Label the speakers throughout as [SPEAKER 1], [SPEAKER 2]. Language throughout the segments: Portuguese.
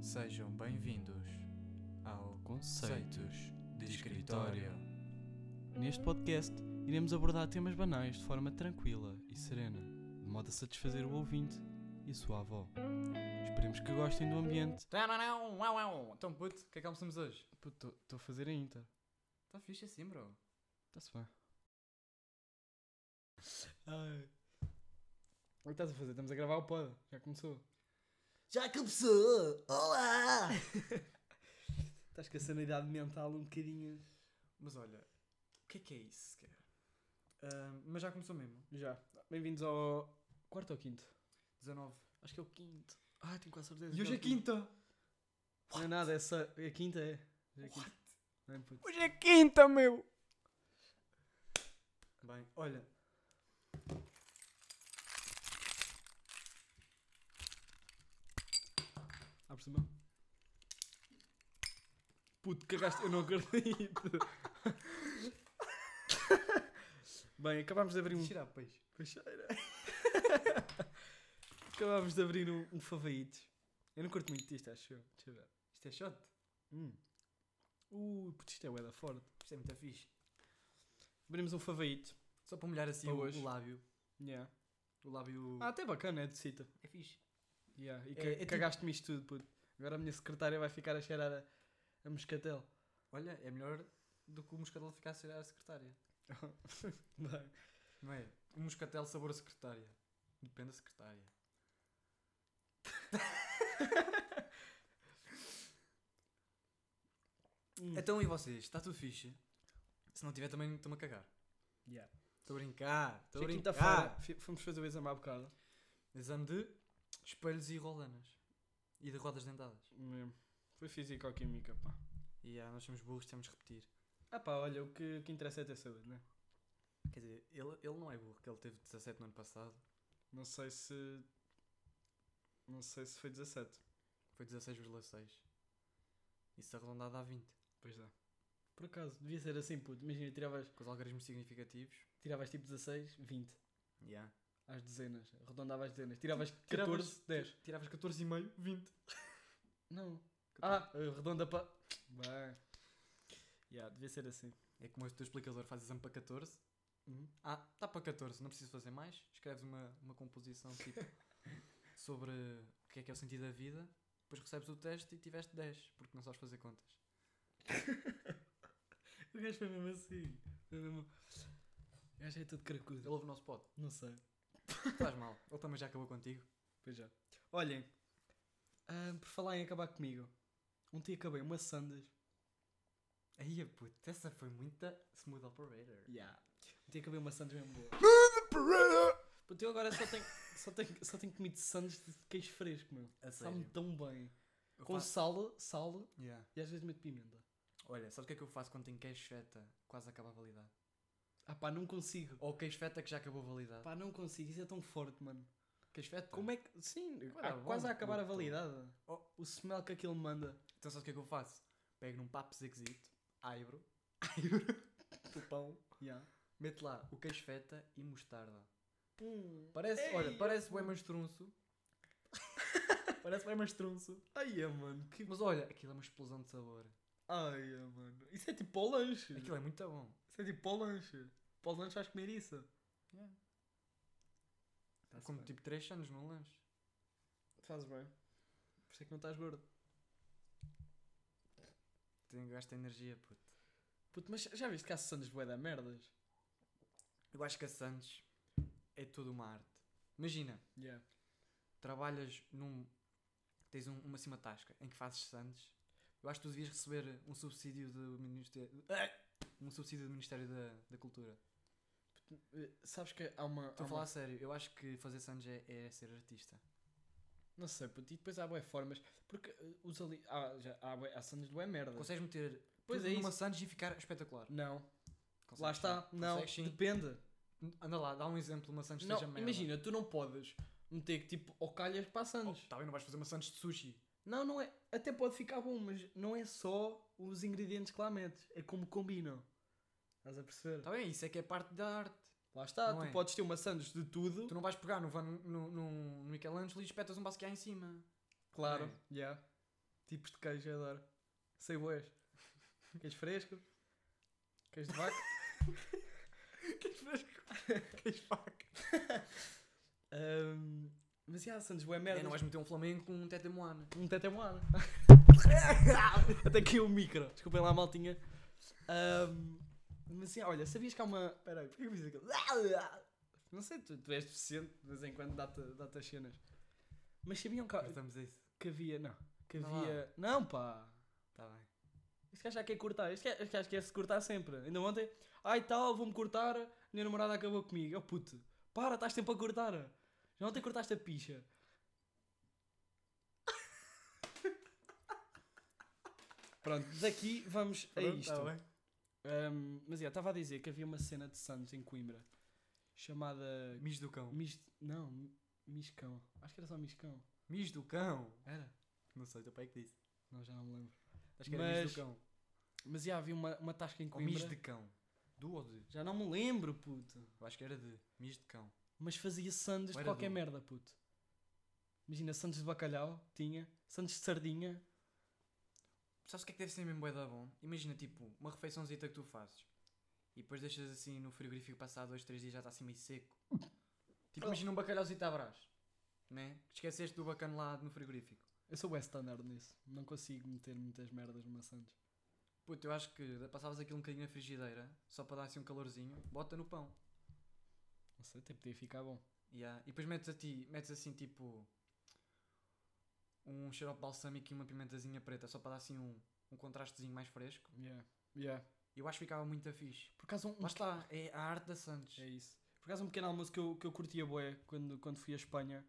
[SPEAKER 1] Sejam bem-vindos ao
[SPEAKER 2] Conceito.
[SPEAKER 1] Conceitos de
[SPEAKER 2] de
[SPEAKER 1] Escritório.
[SPEAKER 2] Neste podcast, iremos abordar temas banais de forma tranquila e serena, de modo a satisfazer o ouvinte e a sua avó. Esperemos que gostem do ambiente.
[SPEAKER 1] Então, puto, o que é que almoçamos hoje?
[SPEAKER 2] Estou a fazer a Inter.
[SPEAKER 1] Está fixe assim, bro.
[SPEAKER 2] Está-se bem. Ai. O que estás a fazer? Estamos a gravar o pod. Já começou.
[SPEAKER 3] Já começou! Olá!
[SPEAKER 2] Estás com a sanidade mental um bocadinho.
[SPEAKER 1] Mas olha, o que é que é isso, cara? Ahm, Ah, mas já começou mesmo.
[SPEAKER 2] Já. Bem-vindos ao quarto ou quinto?
[SPEAKER 1] 19.
[SPEAKER 2] Acho que é o quinto. Ah, tenho quase certeza.
[SPEAKER 1] E hoje é
[SPEAKER 2] quinto.
[SPEAKER 1] quinta!
[SPEAKER 2] Não é nada, essa. A quinta é. Hoje é quinta. Não é, puto.
[SPEAKER 1] Hoje é quinta, meu! Bem, olha.
[SPEAKER 2] Abre-se a mão. Puto, cagaste, eu não acredito. Bem, acabámos de abrir um.
[SPEAKER 1] Tirar peixe.
[SPEAKER 2] Peixeira. acabámos de abrir um, um favaites. Eu não curto muito disto, acho eu. Deixa eu ver.
[SPEAKER 1] Isto é shot.
[SPEAKER 2] Hum. Ui, puto, isto é ueda forte.
[SPEAKER 1] Isto é muito fixe.
[SPEAKER 2] Abrimos um favaite.
[SPEAKER 1] Só para molhar assim
[SPEAKER 2] Para
[SPEAKER 1] o,
[SPEAKER 2] hoje.
[SPEAKER 1] o lábio.
[SPEAKER 2] Yeah.
[SPEAKER 1] O lábio.
[SPEAKER 2] Ah, até bacana, é de cita.
[SPEAKER 1] é fixe.
[SPEAKER 2] Yeah. E
[SPEAKER 1] É-
[SPEAKER 2] ca-
[SPEAKER 1] é tipo-
[SPEAKER 2] cagaste-me isto tudo, puto. Agora a minha secretária vai ficar a cheirar a, a moscatel.
[SPEAKER 1] Olha, é melhor do que o moscatel ficar a ser a secretária.
[SPEAKER 2] Bem.
[SPEAKER 1] Não é? O moscatel sabor a secretária. Depende da secretária.
[SPEAKER 2] Hum.
[SPEAKER 1] Então e vocês? Está tudo fixe? Se não tiver também estou-me a cagar.
[SPEAKER 2] Yeah.
[SPEAKER 1] Estou a brincar. Estou a
[SPEAKER 2] Hoje é
[SPEAKER 1] brincar.
[SPEAKER 2] quinta-feira, fi- fomos fazer o exame há bocado.
[SPEAKER 1] Exame de espelhos e rolanas. E de rodas dentadas.
[SPEAKER 2] Mesmo. Foi física ou química, pá.
[SPEAKER 1] E ah, nós somos burros, temos de repetir.
[SPEAKER 2] Ah pá, olha, o que, o que interessa é ter saúde, né?
[SPEAKER 1] Quer dizer, ele, ele não é burro, que ele teve 17 no ano passado.
[SPEAKER 2] Não sei se... Não sei se foi 17.
[SPEAKER 1] Foi 16,6. Isso arredondado a 20.
[SPEAKER 2] Pois dá. Por acaso, devia ser assim, puto. Imagina, tiravas,
[SPEAKER 1] Com os algarismos significativos.
[SPEAKER 2] tiravas tipo 16, 20.
[SPEAKER 1] Yeah.
[SPEAKER 2] Às dezenas. Arredondava às dezenas. Tipo, Tiravas 14,
[SPEAKER 1] Tiravas-
[SPEAKER 2] 10.
[SPEAKER 1] Tiravas 14,5, 20.
[SPEAKER 2] Não. Ah, arredonda para... Bem. Yeah, devia ser assim.
[SPEAKER 1] É como este teu explicador faz exame para 14.
[SPEAKER 2] Uhum.
[SPEAKER 1] Ah, está para 14, não preciso fazer mais. Escreves uma, uma composição tipo sobre o que é que é o sentido da vida. Depois recebes o teste e tiveste 10, porque não sabes fazer contas.
[SPEAKER 2] O gajo foi mesmo assim. Foi mesmo... O gajo é todo
[SPEAKER 1] Ele
[SPEAKER 2] cracudo.
[SPEAKER 1] ouve o nosso pod.
[SPEAKER 2] Não sei.
[SPEAKER 1] Faz mal. Ele também já acabou contigo.
[SPEAKER 2] Pois já. Olhem, ah, por falar em acabar comigo, ontem acabei uma sandas.
[SPEAKER 1] Aí, a puta, essa foi muita smooth operator.
[SPEAKER 2] Yeah. Ontem acabei uma sandas mesmo boa. Puto, eu agora só tenho, só tenho, só tenho comido sandas de queijo fresco, meu.
[SPEAKER 1] A
[SPEAKER 2] Sabe-me
[SPEAKER 1] sério.
[SPEAKER 2] tão bem.
[SPEAKER 1] Eu
[SPEAKER 2] Com
[SPEAKER 1] faço-
[SPEAKER 2] sal, sal
[SPEAKER 1] Yeah.
[SPEAKER 2] e às vezes meto pimenta.
[SPEAKER 1] Olha, sabes o que é que eu faço quando tenho queijo feta quase acaba a validade?
[SPEAKER 2] Ah pá, não consigo.
[SPEAKER 1] Ou queijo feta que já acabou a validade?
[SPEAKER 2] Pá, não consigo. Isso é tão forte, mano.
[SPEAKER 1] Queijo feta?
[SPEAKER 2] Como é que... Sim,
[SPEAKER 1] Agora
[SPEAKER 2] há-
[SPEAKER 1] é bom,
[SPEAKER 2] quase a acabar a
[SPEAKER 1] puto.
[SPEAKER 2] validade.
[SPEAKER 1] Oh.
[SPEAKER 2] O smell que aquilo manda.
[SPEAKER 1] Então sabes o que é que eu faço? Pego num papo zigzito, aibro,
[SPEAKER 2] O pão. Yeah.
[SPEAKER 1] meto lá o queijo feta e mostarda.
[SPEAKER 2] Hum.
[SPEAKER 1] Parece,
[SPEAKER 2] Ei,
[SPEAKER 1] olha,
[SPEAKER 2] eu-
[SPEAKER 1] parece o Emas Trunço. parece o Emas Trunço.
[SPEAKER 2] Ai, mano. Que...
[SPEAKER 1] Mas olha, aquilo é uma explosão de sabor.
[SPEAKER 2] Ai, mano. Isso é tipo ao lanche.
[SPEAKER 1] Aquilo é muito bom.
[SPEAKER 2] Isso é tipo para o lanche. Para o lanche vais comer isso. Tá-se
[SPEAKER 1] Como
[SPEAKER 2] bem.
[SPEAKER 1] tipo 3 anos num lanche.
[SPEAKER 2] Fazes bem. Por isso é que não estás gordo.
[SPEAKER 1] Tem- Gasta energia, puto.
[SPEAKER 2] Puto, mas já viste que há sandes bué da merdas?
[SPEAKER 1] Eu acho que a Santos é toda uma arte. Imagina,
[SPEAKER 2] Yeah.
[SPEAKER 1] trabalhas num. tens um- uma cima tasca em que fazes Santos. Eu acho que tu devias receber um subsídio do Ministério. Um subsídio do Ministério da, da Cultura.
[SPEAKER 2] Eh, Sabes que há uma...
[SPEAKER 1] Estou
[SPEAKER 2] há
[SPEAKER 1] a falar
[SPEAKER 2] uma-
[SPEAKER 1] a sério, eu acho que fazer Santos é, é ser artista.
[SPEAKER 2] Não sei, puto. E depois há bué formas. Porque eh, os ali... Há, já, há, bué... há sandes bué merda.
[SPEAKER 1] Consegues meter
[SPEAKER 2] Pois
[SPEAKER 1] tudo
[SPEAKER 2] é
[SPEAKER 1] numa Santos e ficar espetacular.
[SPEAKER 2] Não.
[SPEAKER 1] Consegues,
[SPEAKER 2] Lá está.
[SPEAKER 1] sim.
[SPEAKER 2] Não.
[SPEAKER 1] Consegues, sim.
[SPEAKER 2] Depende.
[SPEAKER 1] Anda lá, dá um exemplo, uma Santos que
[SPEAKER 2] Não,
[SPEAKER 1] seja merda.
[SPEAKER 2] imagina, tu não podes meter tipo ou calhas para a
[SPEAKER 1] Oh,
[SPEAKER 2] sandes.
[SPEAKER 1] tá bem, não vais fazer uma Santos de sushi.
[SPEAKER 2] Não, não é. Até pode ficar bom, mas não é só os ingredientes que lá metes. É como combinam. Estás a perceber?
[SPEAKER 1] Está bem, isso é que é parte da arte.
[SPEAKER 2] Lá está,
[SPEAKER 1] Não
[SPEAKER 2] tu
[SPEAKER 1] é?
[SPEAKER 2] podes ter uma sandes de tudo.
[SPEAKER 1] Tu não vais pegar no, van, no, no, no Michelangelo e espetas um basquear em cima.
[SPEAKER 2] Claro,
[SPEAKER 1] Não é?
[SPEAKER 2] yeah.
[SPEAKER 1] Tipos de queijo, eu adoro. Sei boas. Queijo fresco. Queijo de vaca. queijo fresco. Queijo de vaca.
[SPEAKER 2] Ahm, mas já, Santos, boé merda.
[SPEAKER 1] É, não vais meter um flamengo com um tete moana.
[SPEAKER 2] Um tete é moana. Até caiu o micro. Desculpem lá, maltinha. Ahm, mas sim, olha, sabias que há uma. Peraí, porquê que eu fiz aquilo? Não sei, tu, tu és deficiente, de vez em quando dá-te dá-te as cenas. Mas sabiam que, há-
[SPEAKER 1] Estamos a isso.
[SPEAKER 2] que havia. Não, que
[SPEAKER 1] Não
[SPEAKER 2] havia. Não, pá.
[SPEAKER 1] Está Tá bem.
[SPEAKER 2] Este gajo já quer cortar. Este gajo, este gajo quer se cortar sempre. Ainda ontem, ai tal, vou-me cortar. Minha namorada acabou comigo. Oh puto, para, estás sempre a cortar. Já ontem cortaste a picha. Pronto, daqui vamos a
[SPEAKER 1] Pronto,
[SPEAKER 2] É isto.
[SPEAKER 1] tá bem.
[SPEAKER 2] Ahm, mas é, estava a dizer que havia uma cena de Santos em Coimbra chamada.
[SPEAKER 1] Mis do cão.
[SPEAKER 2] Mis... Não, mi- Miscão. Acho que era só Miscão.
[SPEAKER 1] Mis do cão.
[SPEAKER 2] Era?
[SPEAKER 1] Não sei, teu pai é que disse.
[SPEAKER 2] Não, já não me lembro.
[SPEAKER 1] Acho que era mis
[SPEAKER 2] Mas-
[SPEAKER 1] do cão.
[SPEAKER 2] Mas já havia uma, uma tasca em
[SPEAKER 1] Ou mis
[SPEAKER 2] Coimbra.
[SPEAKER 1] de cão. Do ou de?
[SPEAKER 2] Oh, Já não me lembro, puto.
[SPEAKER 1] Eu acho que era de. Mis de cão.
[SPEAKER 2] Mas fazia sandes
[SPEAKER 1] Ou
[SPEAKER 2] de
[SPEAKER 1] era
[SPEAKER 2] qualquer
[SPEAKER 1] do-
[SPEAKER 2] merda, puto. Imagina, sandes de bacalhau, tinha. Sandes de sardinha.
[SPEAKER 1] Sabes o que é que deve ser mesmo bué da bom? Imagina, tipo, uma refeiçãozita que tu fazes e depois deixas assim no frigorífico passado dois, três dias já está assim meio seco. Tipo,
[SPEAKER 2] Oh.
[SPEAKER 1] imagina um bacalhauzito à brás, né? Esqueceste do bacano lá no frigorífico.
[SPEAKER 2] Eu sou o standard nisso. Não consigo meter muitas merdas numa sandes.
[SPEAKER 1] Puto, eu acho que passavas aquilo um bocadinho na frigideira, só para dar assim um calorzinho, bota no pão.
[SPEAKER 2] Não sei, até podia ficar bom.
[SPEAKER 1] Ya, E depois metes a ti, metes assim tipo um xarope balsâmico e uma pimentazinha preta, só para dar assim um, um contrastezinho mais fresco.
[SPEAKER 2] Yeah. Yeah.
[SPEAKER 1] Eu acho que ficava muito fixe.
[SPEAKER 2] Por acaso um...
[SPEAKER 1] Lá está, é a arte da Santos.
[SPEAKER 2] É isso. Por acaso um pequeno almoço que eu, que eu curtia bué quando, quando fui à Espanha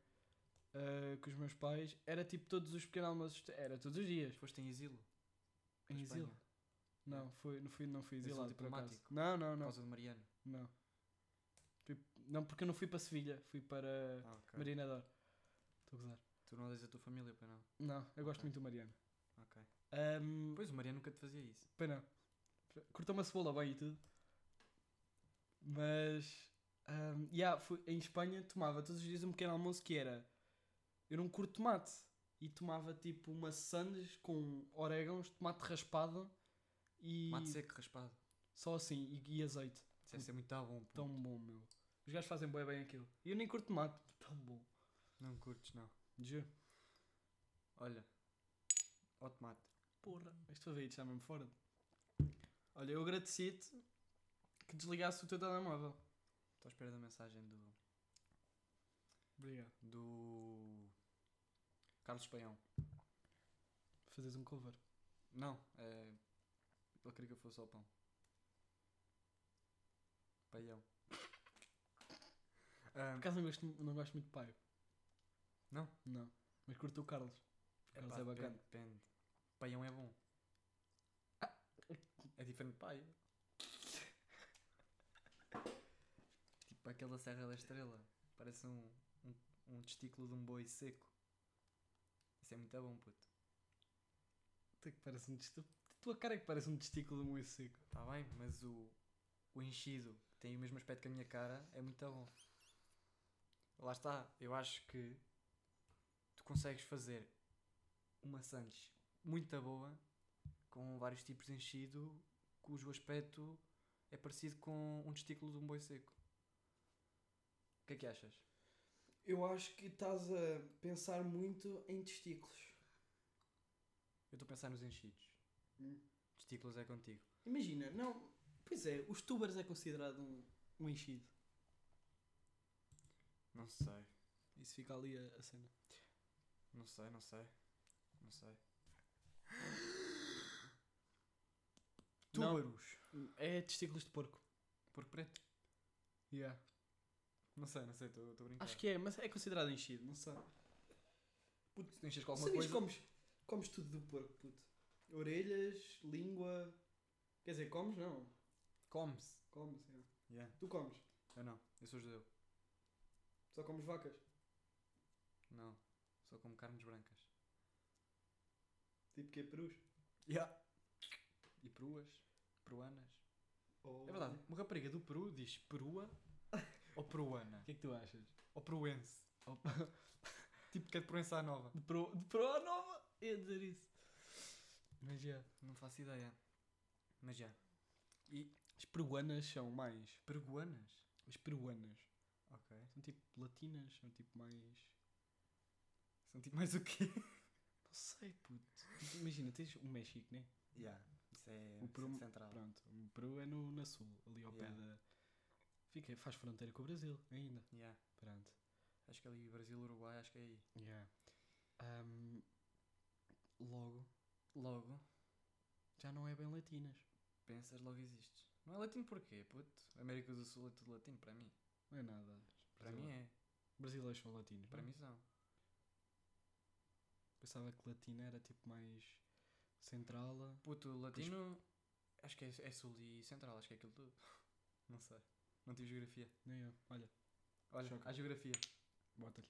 [SPEAKER 2] ah, com os meus pais. Era tipo todos os pequenos almoços. Era todos os dias.
[SPEAKER 1] Foste em asilo?
[SPEAKER 2] Em
[SPEAKER 1] Na
[SPEAKER 2] asilo?
[SPEAKER 1] Espanha,
[SPEAKER 2] Não, foi, não fui, não fui
[SPEAKER 1] Asilo
[SPEAKER 2] exilado por acaso.
[SPEAKER 1] diplomático.
[SPEAKER 2] Não, não,
[SPEAKER 1] Por
[SPEAKER 2] não.
[SPEAKER 1] causa do Mariano.
[SPEAKER 2] Não. Tipo, Não, porque eu não fui para Sevilha, fui para
[SPEAKER 1] Ah, ok.
[SPEAKER 2] Marinador. Estou a gozar.
[SPEAKER 1] Tu não odeias a tua família, pois não?
[SPEAKER 2] Não, eu gosto
[SPEAKER 1] Ok.
[SPEAKER 2] muito do Mariano.
[SPEAKER 1] Ok.
[SPEAKER 2] Ahm,
[SPEAKER 1] Pois o Mariano nunca te fazia isso.
[SPEAKER 2] pois não. Cortou uma cebola bem e tudo. Mas. ahm, yeah, fui, em Espanha tomava todos os dias um pequeno almoço que era. Eu não curto tomate. E tomava tipo uma sandes com orégãos, tomate raspado e.
[SPEAKER 1] Mato seco, raspado.
[SPEAKER 2] Só assim, e, e azeite.
[SPEAKER 1] Isso deve ser muito tá bom. pô.
[SPEAKER 2] Tão bom, meu. Os gajos fazem bem bem aquilo. E eu nem curto tomate. Tão bom.
[SPEAKER 1] Não curtes, não.
[SPEAKER 2] Juro.
[SPEAKER 1] Olha. Ó tomate.
[SPEAKER 2] Porra. Este favorito já mesmo fora. Olha, eu agradeci-te que desligasse o teu telemóvel.
[SPEAKER 1] Estou à espera da mensagem do.
[SPEAKER 2] Obrigado.
[SPEAKER 1] do. Carlos Paião.
[SPEAKER 2] Fazes um cover.
[SPEAKER 1] Não, é. Ele queria que eu fosse ao pão. Paião.
[SPEAKER 2] Por
[SPEAKER 1] Ahm,
[SPEAKER 2] acaso não gosto, não gosto muito de Paio.
[SPEAKER 1] Não?
[SPEAKER 2] Não. Mas curto o Carlos. O Carlos
[SPEAKER 1] epá,
[SPEAKER 2] é, bacana.
[SPEAKER 1] Depende, depende. Paião é bom. É diferente de paio. tipo aquela Serra da Estrela. Parece um, um, um testículo de um boi seco. Isso é muito bom, puto.
[SPEAKER 2] Tu é que parece um testículo. Tua cara é que parece um testículo de um moço seco.
[SPEAKER 1] Está Tá bem, mas o, o enchido que tem o mesmo aspecto que a minha cara. É muito bom. Lá está. Eu acho que tu consegues fazer uma sandes muito boa com vários tipos de enchido cujo aspecto é parecido com um testículo de um boi seco. O que é que achas?
[SPEAKER 2] Eu acho que estás a pensar muito em testículos.
[SPEAKER 1] Eu estou a pensar nos enchidos.
[SPEAKER 2] Hum.
[SPEAKER 1] Testículos é contigo.
[SPEAKER 2] Imagina, não. Pois é, os tubers é considerado um, um enchido.
[SPEAKER 1] Não sei,
[SPEAKER 2] Isso fica ali a, a cena.
[SPEAKER 1] não sei, não sei. Não sei.
[SPEAKER 2] Não.
[SPEAKER 1] Túbaros.
[SPEAKER 2] É testículos de porco.
[SPEAKER 1] Porco preto.
[SPEAKER 2] Yeah.
[SPEAKER 1] Não sei, não sei, estou a brincar.
[SPEAKER 2] Acho que é, mas é considerado enchido, não sei.
[SPEAKER 1] se tu enches com alguma
[SPEAKER 2] Sabias
[SPEAKER 1] coisa.
[SPEAKER 2] que comes, comes tudo do porco, puto? Orelhas, língua. Quer dizer, comes? Não.
[SPEAKER 1] Come-se.
[SPEAKER 2] Comes, é.
[SPEAKER 1] Yeah.
[SPEAKER 2] Tu comes.
[SPEAKER 1] Eu não, eu sou judeu.
[SPEAKER 2] Só comes vacas.
[SPEAKER 1] Não, só como carnes brancas.
[SPEAKER 2] Tipo que é perus.
[SPEAKER 1] E peruas, peruanas.
[SPEAKER 2] Ou-
[SPEAKER 1] É verdade, uma rapariga do Peru diz perua ou peruana
[SPEAKER 2] O que é que tu achas?
[SPEAKER 1] ou peruense. Ou- tipo que é de Proença à Nova.
[SPEAKER 2] De pro, de pro à nova? Eu ia É dizer isso. Mas já.
[SPEAKER 1] Não faço ideia. Mas já. E
[SPEAKER 2] As peruanas são mais.
[SPEAKER 1] peruanas?
[SPEAKER 2] As peruanas
[SPEAKER 1] Ok.
[SPEAKER 2] são tipo latinas, são tipo mais.
[SPEAKER 1] São tipo mais o quê?
[SPEAKER 2] Não sei, puto. Tipo, Imagina, tens o México, né?
[SPEAKER 1] Yeah. Isso é
[SPEAKER 2] O Peru-
[SPEAKER 1] central.
[SPEAKER 2] Pronto, o Peru é no, na sul, ali ao
[SPEAKER 1] Yeah.
[SPEAKER 2] pé da. Fica, faz fronteira com o Brasil ainda.
[SPEAKER 1] Yeah.
[SPEAKER 2] Pronto.
[SPEAKER 1] Acho que ali Brasil, Uruguai, acho que é aí.
[SPEAKER 2] Yeah. Ahm, logo,
[SPEAKER 1] Logo,
[SPEAKER 2] já não é bem latinas.
[SPEAKER 1] pensas, logo existes. Não é latino porquê, puto? América do Sul é tudo latino, para mim.
[SPEAKER 2] Não é nada.
[SPEAKER 1] Para mim é.
[SPEAKER 2] Brasileiros são latinos.
[SPEAKER 1] Para
[SPEAKER 2] não? é?
[SPEAKER 1] mim são.
[SPEAKER 2] Pensava que latina era tipo mais central.
[SPEAKER 1] Puto, latino. Acho que é, é sul e central, acho que é aquilo tudo. Não sei. Não tive geografia.
[SPEAKER 2] Não é? Olha,
[SPEAKER 1] Olha,
[SPEAKER 2] Choca.
[SPEAKER 1] a geografia.
[SPEAKER 2] bota-lhe.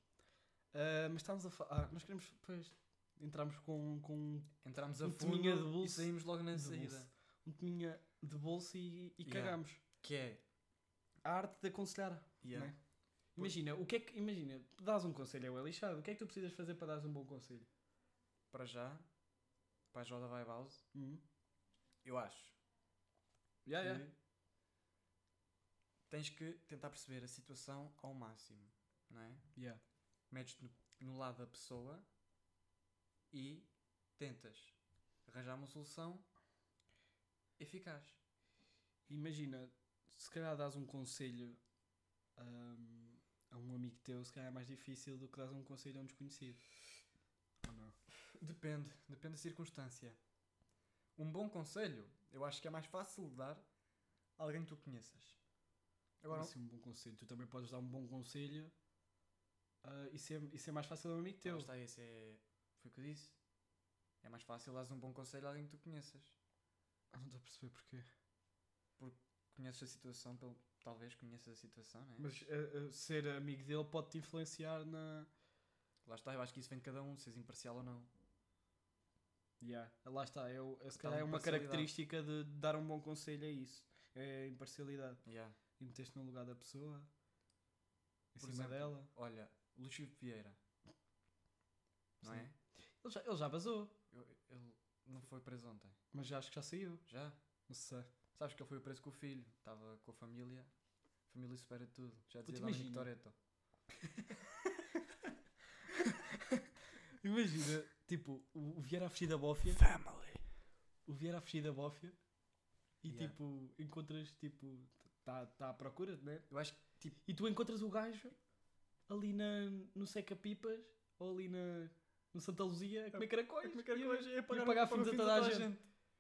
[SPEAKER 2] Ah, mas estamos a falar. nós queremos. Pois, entramos com, com um
[SPEAKER 1] Entramos a
[SPEAKER 2] Um
[SPEAKER 1] fundo
[SPEAKER 2] teminha de
[SPEAKER 1] e
[SPEAKER 2] bolso.
[SPEAKER 1] saímos logo na
[SPEAKER 2] De
[SPEAKER 1] saída.
[SPEAKER 2] bolso. teminha de bolso e, e
[SPEAKER 1] Yeah.
[SPEAKER 2] cagamos.
[SPEAKER 1] Que é.
[SPEAKER 2] A arte de aconselhar.
[SPEAKER 1] Yeah.
[SPEAKER 2] Né? Imagina, o que é que. Imagina, dás um conselho ao lixado. O que é que tu precisas fazer para dares um bom conselho?
[SPEAKER 1] Para já, para a Joda Vai Bause,
[SPEAKER 2] Hum?
[SPEAKER 1] eu acho.
[SPEAKER 2] Yeah, yeah.
[SPEAKER 1] que Tens que tentar perceber a situação ao máximo, não é?
[SPEAKER 2] Yeah.
[SPEAKER 1] Metes-te no, no lado da pessoa e tentas arranjar uma solução eficaz.
[SPEAKER 2] Imagina, se calhar dás um conselho hum, a um amigo teu, se calhar é mais difícil do que dás um conselho a um desconhecido. Ou não?
[SPEAKER 1] Depende, depende da circunstância. Um bom conselho, eu acho que é mais fácil de dar a alguém que tu conheças. Agora,
[SPEAKER 2] Agora, um bom conselho. Tu também podes dar um bom conselho ah, e, ser, e ser mais fácil a um amigo
[SPEAKER 1] Lá
[SPEAKER 2] teu.
[SPEAKER 1] está, esse é... Foi o que eu disse. É mais fácil dar um bom conselho a alguém que tu conheças.
[SPEAKER 2] Ah, não estou a perceber porquê.
[SPEAKER 1] Conheces a situação, pelo... talvez conheças a situação, não é?
[SPEAKER 2] Mas ah, ah, ser amigo dele pode-te influenciar na.
[SPEAKER 1] Lá está, eu acho que isso vem de cada um, se és imparcial ou não.
[SPEAKER 2] Yeah. Lá está, é, o- é, se
[SPEAKER 1] Tal
[SPEAKER 2] calhar é uma
[SPEAKER 1] imparcialidade.
[SPEAKER 2] característica de dar um bom conselho, é isso. É a imparcialidade.
[SPEAKER 1] Yeah.
[SPEAKER 2] E meteste no lugar da pessoa, em
[SPEAKER 1] Por
[SPEAKER 2] cima
[SPEAKER 1] exemplo,
[SPEAKER 2] dela.
[SPEAKER 1] Olha, Luís Filipe Vieira. Não
[SPEAKER 2] Sim.
[SPEAKER 1] é?
[SPEAKER 2] Ele já, ele já vazou,
[SPEAKER 1] Eu- ele não foi preso ontem.
[SPEAKER 2] mas já acho que já saiu.
[SPEAKER 1] Já?
[SPEAKER 2] Não sei.
[SPEAKER 1] Sabes que ele foi preso com o filho. Estava com a família. A família supera tudo. Já
[SPEAKER 2] Puta,
[SPEAKER 1] dizia Dominic
[SPEAKER 2] imagina.
[SPEAKER 1] Toretto.
[SPEAKER 2] Imagina, tipo, o, o Vieira a fugir da bófia.
[SPEAKER 1] Family.
[SPEAKER 2] O Vieira a fugir da bófia. E
[SPEAKER 1] Yeah.
[SPEAKER 2] tipo, encontras, tipo, está tá à procura, né?
[SPEAKER 1] Eu acho que, tipo,
[SPEAKER 2] E tu encontras o gajo ali na, no Seca Pipas ou ali na, no Santa Luzia a comer caracóis.
[SPEAKER 1] como é que
[SPEAKER 2] E
[SPEAKER 1] era
[SPEAKER 2] a-
[SPEAKER 1] coisa? É
[SPEAKER 2] pagar- pagar a
[SPEAKER 1] pagar
[SPEAKER 2] fim de toda a gente.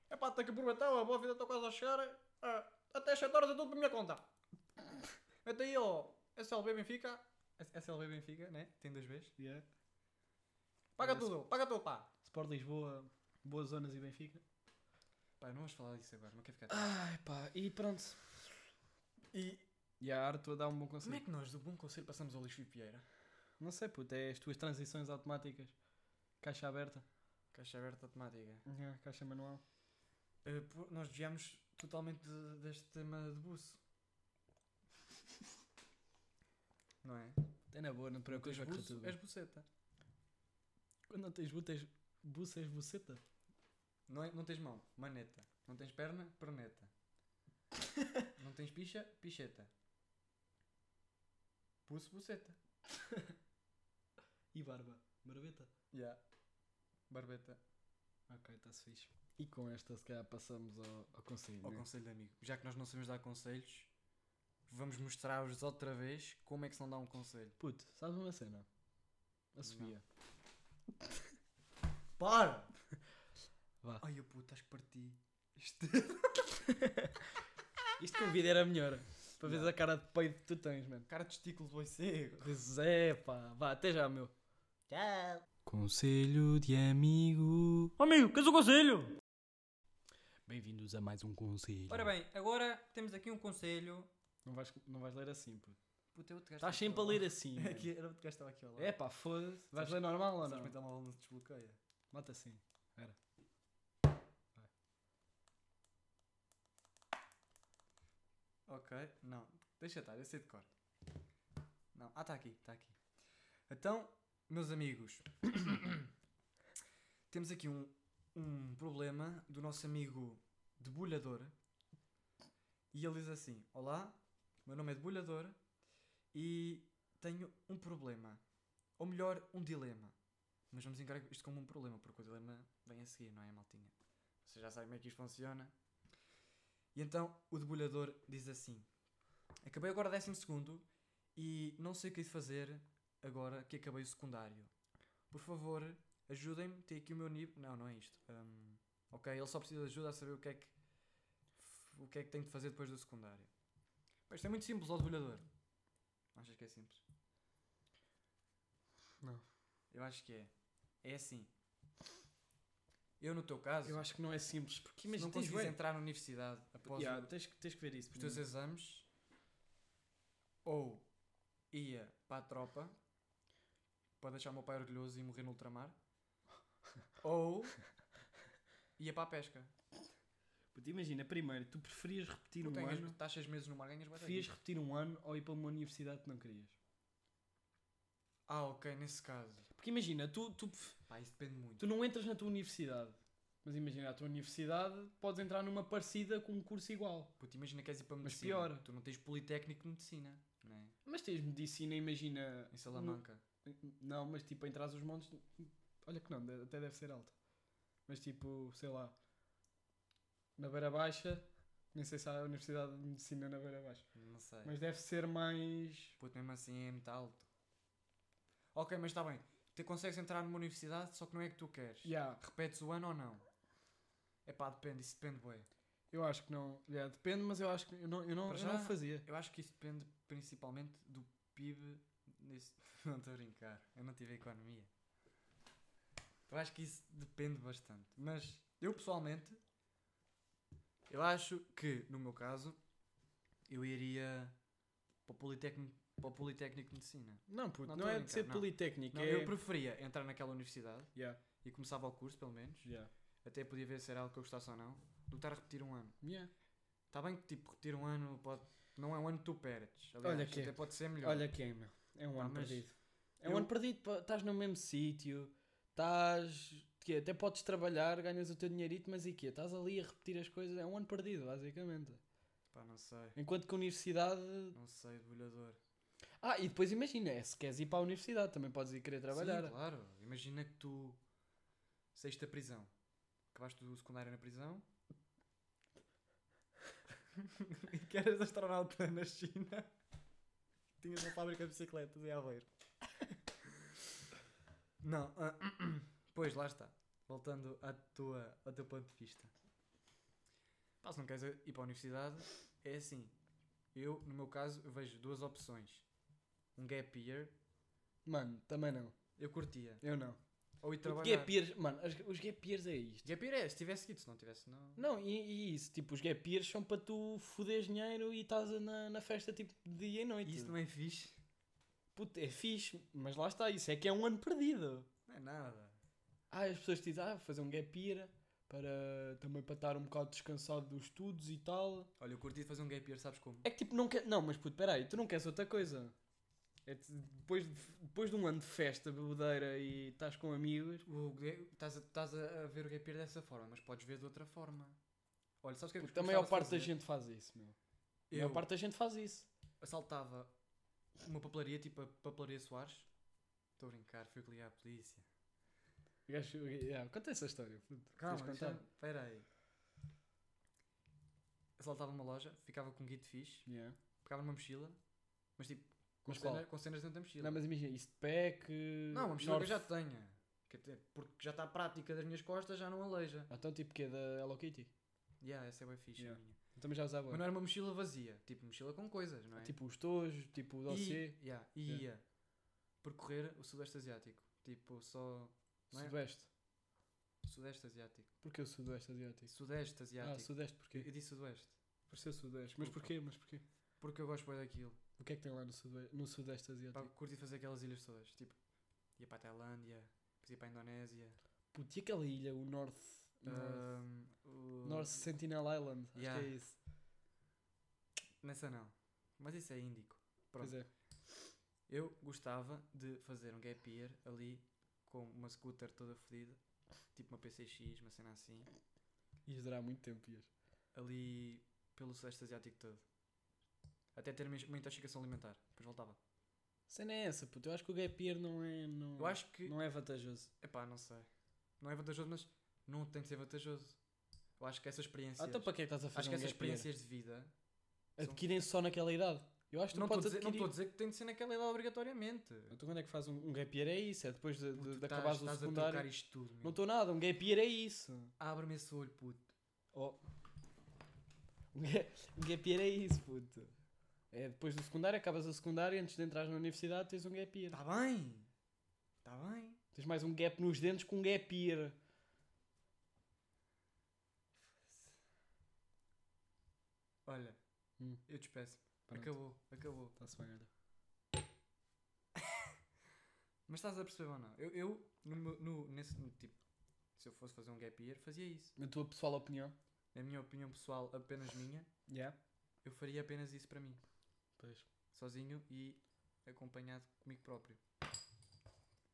[SPEAKER 1] É pá, tem que aproveitar, a boa vida está quase a chegar. Ah, até 7 horas é tudo para minha conta. Mete aí, ó. SLB Benfica. S- SLB Benfica, né? Tem duas vezes.
[SPEAKER 2] Yeah.
[SPEAKER 1] Paga
[SPEAKER 2] Parece-
[SPEAKER 1] tudo, paga tudo, pá.
[SPEAKER 2] Sport Lisboa, Boas Zonas e Benfica.
[SPEAKER 1] Pá, não vamos falar disso agora, não quero ficar.
[SPEAKER 2] Ai pá, e pronto.
[SPEAKER 1] Ah, E
[SPEAKER 2] E a arte a dar um bom
[SPEAKER 1] como
[SPEAKER 2] conselho.
[SPEAKER 1] é que nós do Bom Conselho passamos ao lixo e Vieira?
[SPEAKER 2] Não sei, puto, é as tuas transições automáticas. Caixa aberta.
[SPEAKER 1] Caixa aberta automática.
[SPEAKER 2] Yeah, caixa manual.
[SPEAKER 1] Eh, pô, nós desviámos totalmente de- deste tema de buço. Não é?
[SPEAKER 2] É na boa, não te preocupes, vai correr tudo
[SPEAKER 1] buço,
[SPEAKER 2] bem.
[SPEAKER 1] és buceta.
[SPEAKER 2] Quando não tens buta, és buça, és buceta.
[SPEAKER 1] Não, é, não tens mão, maneta. Não tens perna, perneta. não tens picha, picheta. Buço, buceta.
[SPEAKER 2] E barba, barbeta.
[SPEAKER 1] Yeah. Barbeta.
[SPEAKER 2] Ok, está-se fixe. E com esta, se calhar, passamos ao, ao conselho.
[SPEAKER 1] Ao
[SPEAKER 2] né?
[SPEAKER 1] conselho de amigo. Já que nós não sabemos dar conselhos, vamos mostrar-vos outra vez como é que se não dá um conselho.
[SPEAKER 2] Puto, sabes uma cena? A
[SPEAKER 1] Não.
[SPEAKER 2] Sofia.
[SPEAKER 1] Para!
[SPEAKER 2] Vá.
[SPEAKER 1] Ai, eu puto, acho que parti.
[SPEAKER 2] Isto com vida era melhor. Para veres a cara de peido que tu tens, mano.
[SPEAKER 1] Cara de testículo do boi cego.
[SPEAKER 2] Pois é, pá. Vá, até já, meu.
[SPEAKER 3] Tchau.
[SPEAKER 2] Conselho de amigo. Amigo, queres o conselho? Bem-vindos a mais um conselho.
[SPEAKER 1] Ora bem, agora temos aqui um conselho.
[SPEAKER 2] Não vais, não vais ler assim, puto.
[SPEAKER 1] Puta, eu te
[SPEAKER 2] Estás sempre a ler assim. mano.
[SPEAKER 1] É que era o que estava aqui ao lado.
[SPEAKER 2] É pá, foda-se. Vais
[SPEAKER 1] Sabes-
[SPEAKER 2] ler normal ou
[SPEAKER 1] Sabes que
[SPEAKER 2] não?
[SPEAKER 1] o telemóvel não se desbloqueia.
[SPEAKER 2] Mata assim. Era.
[SPEAKER 1] Ok, não. Deixa estar, eu sei de cor. Não. Ah, está aqui, está aqui. Então, meus amigos, temos aqui um, um problema do nosso amigo debulhador. E ele diz assim: Olá, meu nome é debulhador e tenho um problema. Ou melhor, um dilema. Mas vamos encarar isto como um problema, porque o dilema vem a seguir, não é, maltinha? Vocês já sabem como é que isto funciona. E então o debulhador diz assim: Acabei agora décimo segundo e não sei o que hei de fazer agora que acabei o secundário. Por favor, ajudem-me, tem aqui o meu nível. Não, não é isto. Hum, ok, ele só precisa de ajuda a saber o que é que o que é que tem de fazer depois do secundário. Pá, isto é muito simples, ó debulhador. Achas que é simples?
[SPEAKER 2] Não.
[SPEAKER 1] Eu acho que é. É assim. Eu, no teu caso,
[SPEAKER 2] Eu acho que não é simples, porque
[SPEAKER 1] se
[SPEAKER 2] imagina,
[SPEAKER 1] não
[SPEAKER 2] tens,
[SPEAKER 1] consegues
[SPEAKER 2] bué-
[SPEAKER 1] entrar na universidade após
[SPEAKER 2] Yeah,
[SPEAKER 1] o-
[SPEAKER 2] tens, que- tens que ver isso.
[SPEAKER 1] os teus exames, ou ia para a tropa para deixar o meu pai orgulhoso e morrer no ultramar, ou ia para a pesca.
[SPEAKER 2] Puta, Imagina, primeiro, tu preferias repetir
[SPEAKER 1] Tu
[SPEAKER 2] um
[SPEAKER 1] ganhas,
[SPEAKER 2] ano,
[SPEAKER 1] estás seis meses no mar, ganhas bué da
[SPEAKER 2] preferias
[SPEAKER 1] guita.
[SPEAKER 2] repetir um ano ou ir para uma universidade que não querias?
[SPEAKER 1] Ah, ok, nesse caso.
[SPEAKER 2] Porque imagina, tu, tu,
[SPEAKER 1] Pá, isso depende muito.
[SPEAKER 2] tu não entras na tua universidade, mas imagina, a tua universidade podes entrar numa parecida com um curso igual.
[SPEAKER 1] Puto, imagina que queres ir para
[SPEAKER 2] Mas
[SPEAKER 1] medicina.
[SPEAKER 2] piora.
[SPEAKER 1] Tu não tens politécnico de medicina, né?
[SPEAKER 2] Mas tens medicina, imagina.
[SPEAKER 1] Em Salamanca.
[SPEAKER 2] no- Não, mas tipo, em trás os montes. Olha que não, de- até deve ser alta. Mas tipo, sei lá. Na Beira Baixa. Nem sei se há a Universidade de Medicina na Beira Baixa.
[SPEAKER 1] Não sei.
[SPEAKER 2] Mas deve ser mais.
[SPEAKER 1] Puto, mesmo assim é muito alto. Ok, mas está bem. Tu consegues entrar numa universidade, só que não é que tu queres.
[SPEAKER 2] Yeah,
[SPEAKER 1] Repetes o ano ou não? É pá, depende, isso depende, bué.
[SPEAKER 2] eu acho que não. Yeah, depende, mas eu acho que. Eu não, eu não,
[SPEAKER 1] Para
[SPEAKER 2] eu não
[SPEAKER 1] já-
[SPEAKER 2] fazia.
[SPEAKER 1] Eu acho que isso depende principalmente do PIB. Nesse... Não estou a brincar, eu não tive economia. Eu acho que isso depende bastante. Mas eu pessoalmente, eu acho que no meu caso, eu iria para o Politécnico, para o Politécnico de Medicina.
[SPEAKER 2] Não, puto,
[SPEAKER 1] Não
[SPEAKER 2] não,
[SPEAKER 1] tô a
[SPEAKER 2] é de
[SPEAKER 1] brincar,
[SPEAKER 2] ser
[SPEAKER 1] não.
[SPEAKER 2] politécnico.
[SPEAKER 1] Não,
[SPEAKER 2] é...
[SPEAKER 1] eu preferia entrar naquela universidade
[SPEAKER 2] Yeah,
[SPEAKER 1] e começava o curso, pelo menos.
[SPEAKER 2] yeah.
[SPEAKER 1] Até podia ver se era algo que eu gostasse ou não, do que estar a repetir um ano.
[SPEAKER 2] Yeah.
[SPEAKER 1] Está bem que tipo, repetir um ano pode... não é um ano que tu perdes. Aliás,
[SPEAKER 2] Olha que-
[SPEAKER 1] até pode ser melhor.
[SPEAKER 2] Olha quem, meu. É um
[SPEAKER 1] Pá,
[SPEAKER 2] ano
[SPEAKER 1] mas
[SPEAKER 2] perdido. É um
[SPEAKER 1] eu-
[SPEAKER 2] ano perdido, pá. estás no mesmo sítio, estás. quê? Até podes trabalhar, ganhas o teu dinheirito, mas e quê? Estás ali a repetir as coisas, é um ano perdido, basicamente.
[SPEAKER 1] Pá, não sei.
[SPEAKER 2] Enquanto que a universidade.
[SPEAKER 1] Não sei, debulhador.
[SPEAKER 2] Ah, e depois imagina, é, se queres ir para a universidade, também podes ir querer trabalhar.
[SPEAKER 1] Sim, claro. Imagina que tu saíste da prisão. Acabaste do secundário na prisão. e que eras astronauta na China. Tinhas uma fábrica de bicicletas em Aveiro. Não. ah, pois, lá está. Voltando à tua, ao teu ponto de vista. Pá, se não queres ir para a universidade, é assim. Eu, no meu caso, eu vejo duas opções. Um gap year,
[SPEAKER 2] Mano, também não.
[SPEAKER 1] eu curtia.
[SPEAKER 2] Eu não.
[SPEAKER 1] Ou ir
[SPEAKER 2] Porque
[SPEAKER 1] trabalhar.
[SPEAKER 2] gap years, mano, as- os gap years é isto.
[SPEAKER 1] Gap year é, se tivesse seguido, se não tivesse, não.
[SPEAKER 2] Não, e, e isso, tipo, os gap years são para tu foderes dinheiro e estás na, na festa tipo de dia e noite.
[SPEAKER 1] E isso não é fixe?
[SPEAKER 2] Puta, é fixe, mas lá está, isso é que é um ano perdido.
[SPEAKER 1] Não é nada.
[SPEAKER 2] Ah, as pessoas dizem, ah, vou fazer um gap year para também para estar um bocado descansado dos estudos e tal.
[SPEAKER 1] Olha, eu curti de fazer um gap year, sabes como?
[SPEAKER 2] É que tipo, não quer. Não, mas puto, peraí, tu não queres outra coisa. É de- depois, de- depois de um ano de festa, bebedeira e estás com amigos.
[SPEAKER 1] O ga- Estás a, estás a a ver o gap year dessa forma, mas podes ver de outra forma. Olha, sabes o que é que
[SPEAKER 2] Puto, a maior parte da gente faz isso, meu. A
[SPEAKER 1] Eu
[SPEAKER 2] maior parte da gente faz isso.
[SPEAKER 1] assaltava uma papelaria, tipo a papelaria Soares. Estou a brincar, fui ligar à polícia.
[SPEAKER 2] O gajo- yeah, conta essa história, puto. Tens de
[SPEAKER 1] Calma, é-
[SPEAKER 2] contar.
[SPEAKER 1] espera aí. Assaltava uma loja, ficava com um guito fixe,
[SPEAKER 2] Yeah.
[SPEAKER 1] pegava numa mochila, mas tipo, com,
[SPEAKER 2] Mas é qual?
[SPEAKER 1] cena- com cenas dentro da mochila.
[SPEAKER 2] Não, mas imagina, isso de pé que.
[SPEAKER 1] Não, uma mochila que eu
[SPEAKER 2] North-
[SPEAKER 1] já tenha. Que até- Porque já está a prática das minhas costas, já não aleija.
[SPEAKER 2] Ah, Então, tipo, que é da Hello Kitty?
[SPEAKER 1] Yeah, essa é bem fixe. a
[SPEAKER 2] Yeah.
[SPEAKER 1] minha.
[SPEAKER 2] Também já usava.
[SPEAKER 1] Mas não era uma mochila vazia. Tipo, mochila com coisas, não é?
[SPEAKER 2] Tipo, os tojos, tipo, o dossiê.
[SPEAKER 1] e, yeah, e
[SPEAKER 2] Yeah.
[SPEAKER 1] ia percorrer o Sudeste Asiático. Tipo, só. não é?
[SPEAKER 2] Sudoeste.
[SPEAKER 1] Sudeste Asiático.
[SPEAKER 2] Porquê o Sudoeste Asiático?
[SPEAKER 1] Sudeste
[SPEAKER 2] Ah,
[SPEAKER 1] Asiático.
[SPEAKER 2] Sudeste
[SPEAKER 1] Eu
[SPEAKER 2] porquê?
[SPEAKER 1] disse Sudoeste.
[SPEAKER 2] Pareceu Sudeste. Mas
[SPEAKER 1] Desculpa.
[SPEAKER 2] porquê? Mas porquê?
[SPEAKER 1] Porque eu gosto bem daquilo.
[SPEAKER 2] O que é que tem lá no Sudeste, no sudeste
[SPEAKER 1] Pá,
[SPEAKER 2] Asiático?
[SPEAKER 1] curti fazer aquelas ilhas todas. Tipo, ia para a Tailândia, depois ia para a Indonésia.
[SPEAKER 2] Puto, e aquela ilha, o North... North,
[SPEAKER 1] ahm, o-
[SPEAKER 2] North Sentinel Island. Acho
[SPEAKER 1] Ah, Yeah.
[SPEAKER 2] que é isso.
[SPEAKER 1] Nessa não. Mas isso é índico. Pronto.
[SPEAKER 2] Pois é.
[SPEAKER 1] Eu gostava de fazer um gap year ali com uma scooter toda fodida tipo uma PCX, uma cena assim,
[SPEAKER 2] Ias durar muito tempo, ias.
[SPEAKER 1] ali pelo Sudeste Asiático todo. Até ter mes- uma intoxicação alimentar. Depois voltava.
[SPEAKER 2] Cena é essa, puto. Eu acho que o gap year não é. Não,
[SPEAKER 1] Eu acho que.
[SPEAKER 2] não é vantajoso.
[SPEAKER 1] Epá, não sei. Não é vantajoso, mas não tem que ser vantajoso. Eu acho que essas
[SPEAKER 2] Ah,
[SPEAKER 1] experiências.
[SPEAKER 2] então para que é que estás a fazer
[SPEAKER 1] acho que
[SPEAKER 2] um
[SPEAKER 1] essas
[SPEAKER 2] gap year?
[SPEAKER 1] experiências de vida. são-
[SPEAKER 2] Adquirem só naquela idade. Eu acho que tu
[SPEAKER 1] Não estou a
[SPEAKER 2] podes
[SPEAKER 1] dizer- não
[SPEAKER 2] adquirir.
[SPEAKER 1] estou a dizer que tem de ser naquela idade obrigatoriamente.
[SPEAKER 2] Então quando é que faz um, um gap year? É isso, é depois de,
[SPEAKER 1] Puto,
[SPEAKER 2] de, de
[SPEAKER 1] estás-
[SPEAKER 2] acabares o
[SPEAKER 1] estás a
[SPEAKER 2] secundário.
[SPEAKER 1] trocar isto tudo, meu.
[SPEAKER 2] Não estou nada, um gap year é isso.
[SPEAKER 1] Abre-me esse olho, puto.
[SPEAKER 2] Oh. Um ga- um gap year é isso, puto. É depois do secundário, acabas o secundário, antes de entrar na universidade tens um gap year.
[SPEAKER 1] Está Tá bem. Está bem.
[SPEAKER 2] Tens mais um gap nos dentes com um gap year.
[SPEAKER 1] Olha,
[SPEAKER 2] Hum.
[SPEAKER 1] eu despeço.
[SPEAKER 2] Pronto.
[SPEAKER 1] Acabou, acabou.
[SPEAKER 2] Está-se bem, olha.
[SPEAKER 1] Mas estás a perceber ou não? Eu, eu no, meu- no- nesse, no, tipo, se eu fosse fazer um gap year, fazia isso.
[SPEAKER 2] Na tua pessoal opinião.
[SPEAKER 1] Na minha opinião pessoal, apenas minha,
[SPEAKER 2] Yeah.
[SPEAKER 1] eu faria apenas isso para mim.
[SPEAKER 2] Pois.
[SPEAKER 1] Sozinho e acompanhado comigo próprio.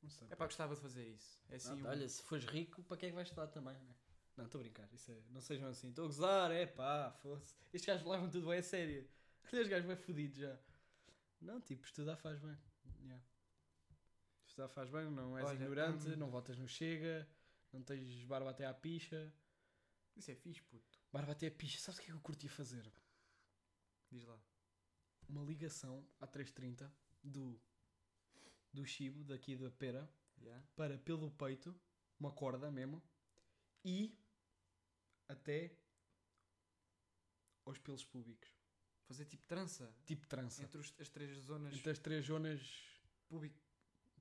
[SPEAKER 2] Não sei.
[SPEAKER 1] É pá, gostava de fazer isso. É assim, um-
[SPEAKER 2] Olha, se fores rico, para que é que vais estudar também, né? Não, estou a brincar. Isso é- não sejam assim. Estou a gozar, é pá, fosse. Estes gajos levam tudo bem a sério. Olha, os gajos bem fodidos já. Não, tipo, estudar faz bem. Yeah. Estudar faz bem, não és
[SPEAKER 1] Olha,
[SPEAKER 2] ignorante,
[SPEAKER 1] hum.
[SPEAKER 2] não votas no Chega, não tens barba até à picha.
[SPEAKER 1] isso é fixe, puto.
[SPEAKER 2] Barba até à picha. Sabes o que é que eu curtia fazer?
[SPEAKER 1] Diz lá.
[SPEAKER 2] Uma ligação à 330 do, do Chibo, daqui da Pera.
[SPEAKER 1] Yeah?
[SPEAKER 2] para pelo peito, uma corda mesmo, e até aos pelos públicos.
[SPEAKER 1] Fazer tipo trança
[SPEAKER 2] Tipo trança. Entre,
[SPEAKER 1] entre os- as três zonas
[SPEAKER 2] as três zonas
[SPEAKER 1] públicas.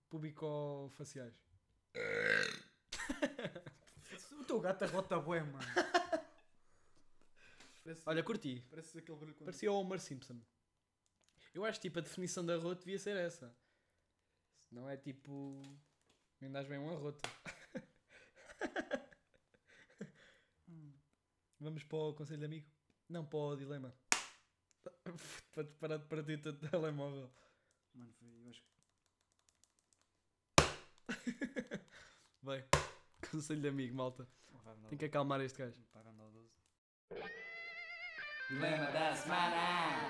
[SPEAKER 2] público-faciais.
[SPEAKER 1] O teu gato arrota bué, mano. Parece-
[SPEAKER 2] Olha, curti.
[SPEAKER 1] Parece aquele barulho quando...
[SPEAKER 2] Parecia o Homer Simpson. Eu acho tipo a definição da rota devia ser essa. Não é tipo. Me dás bem uma rota. Vamos para o conselho de amigo? Não, para o dilema. para te parar de partir o teu telemóvel.
[SPEAKER 1] Mano, foi, eu acho que...
[SPEAKER 2] Bem, conselho de amigo, malta.
[SPEAKER 1] Oh, vai, não,
[SPEAKER 2] Tem que acalmar este gajo.
[SPEAKER 1] Pá, vai, não, doze.
[SPEAKER 3] Dilema da semana.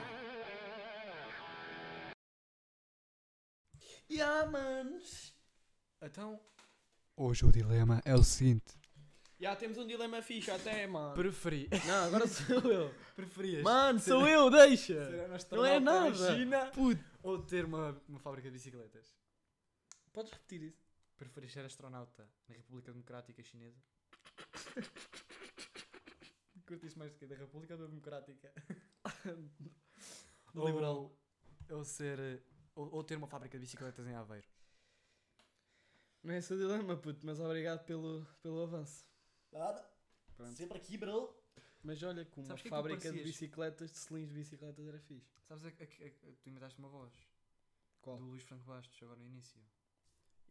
[SPEAKER 2] Yeah, manos!
[SPEAKER 1] Então,
[SPEAKER 4] Hoje o dilema é o seguinte:
[SPEAKER 2] Já temos um dilema fixe até, mano.
[SPEAKER 1] preferi...
[SPEAKER 2] Não, agora sou eu.
[SPEAKER 1] preferias
[SPEAKER 2] Mano, sou eu, deixa!
[SPEAKER 1] ser
[SPEAKER 2] Não é
[SPEAKER 1] astronauta na
[SPEAKER 2] nada.
[SPEAKER 1] China
[SPEAKER 2] Puto.
[SPEAKER 1] ou ter uma, uma fábrica de bicicletas?
[SPEAKER 2] Podes repetir isso?
[SPEAKER 1] Preferias ser astronauta na República Democrática Chinesa? Curtiste mais do que da República ou da Democrática?
[SPEAKER 2] Do liberal.
[SPEAKER 1] Ou, ou ser... eh, Ou, ou ter uma fábrica de bicicletas em Aveiro?
[SPEAKER 2] Não é esse o dilema, puto, mas obrigado pelo, pelo avanço.
[SPEAKER 3] Nada.
[SPEAKER 2] Pronto.
[SPEAKER 3] Sempre aqui, bro.
[SPEAKER 2] Mas olha, com uma
[SPEAKER 1] Sabes o que é que tu
[SPEAKER 2] fábrica de
[SPEAKER 1] parecias?
[SPEAKER 2] bicicletas, de cilindros de bicicletas era fixe.
[SPEAKER 1] Sabes, a, a, a- a- tu imitaste uma voz
[SPEAKER 2] Qual?
[SPEAKER 1] do Luís Franco Bastos agora no início.